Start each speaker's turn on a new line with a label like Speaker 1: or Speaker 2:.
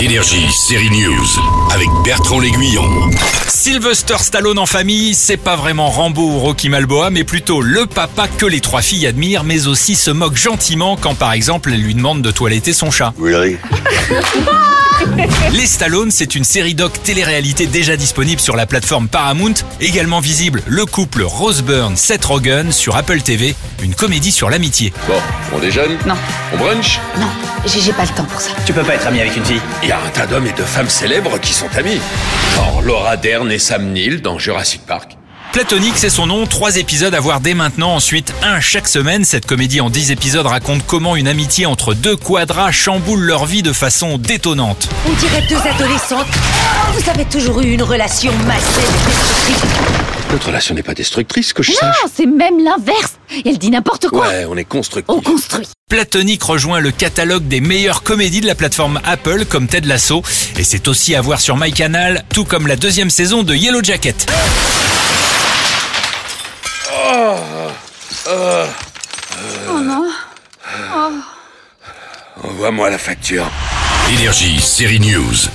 Speaker 1: Énergie, série news, avec Bertrand L'Aiguillon.
Speaker 2: Sylvester Stallone en famille, c'est pas vraiment Rambo ou Rocky Malboa, mais plutôt le papa que les trois filles admirent, mais aussi se moque gentiment quand par exemple elle lui demande de toiletter son chat.
Speaker 3: Really?
Speaker 2: Les Stallone, c'est une série doc télé-réalité déjà disponible sur la plateforme Paramount, également visible le couple Rose Byrne-Seth Rogen sur Apple TV, une comédie sur l'amitié.
Speaker 4: Bon, on déjeune
Speaker 5: Non.
Speaker 4: On brunch
Speaker 5: Non, j'ai j'ai pas le temps pour ça.
Speaker 6: Tu peux pas être ami avec une fille.
Speaker 4: Il y a un tas d'hommes et de femmes célèbres qui sont amis. Genre Laura Dern et Sam Neill dans Jurassic Park.
Speaker 2: Platonique, c'est son nom. Trois épisodes à voir dès maintenant. Ensuite, un chaque semaine. Cette comédie en 10 épisodes raconte comment une amitié entre deux quadras chamboule leur vie de façon détonnante.
Speaker 5: On dirait deux adolescentes. Vous avez toujours eu une relation malsaine et destructrice.
Speaker 4: Notre relation n'est pas destructrice, que je sache.
Speaker 5: Non, c'est même l'inverse. Elle dit n'importe quoi.
Speaker 4: Ouais, on est constructif.
Speaker 5: On construit.
Speaker 2: Platonique rejoint le catalogue des meilleures comédies de la plateforme Apple comme Ted Lasso. Et c'est aussi à voir sur MyCanal, tout comme la deuxième saison de Yellow Jacket.
Speaker 4: Envoie-moi la facture.
Speaker 1: Énergie, série news,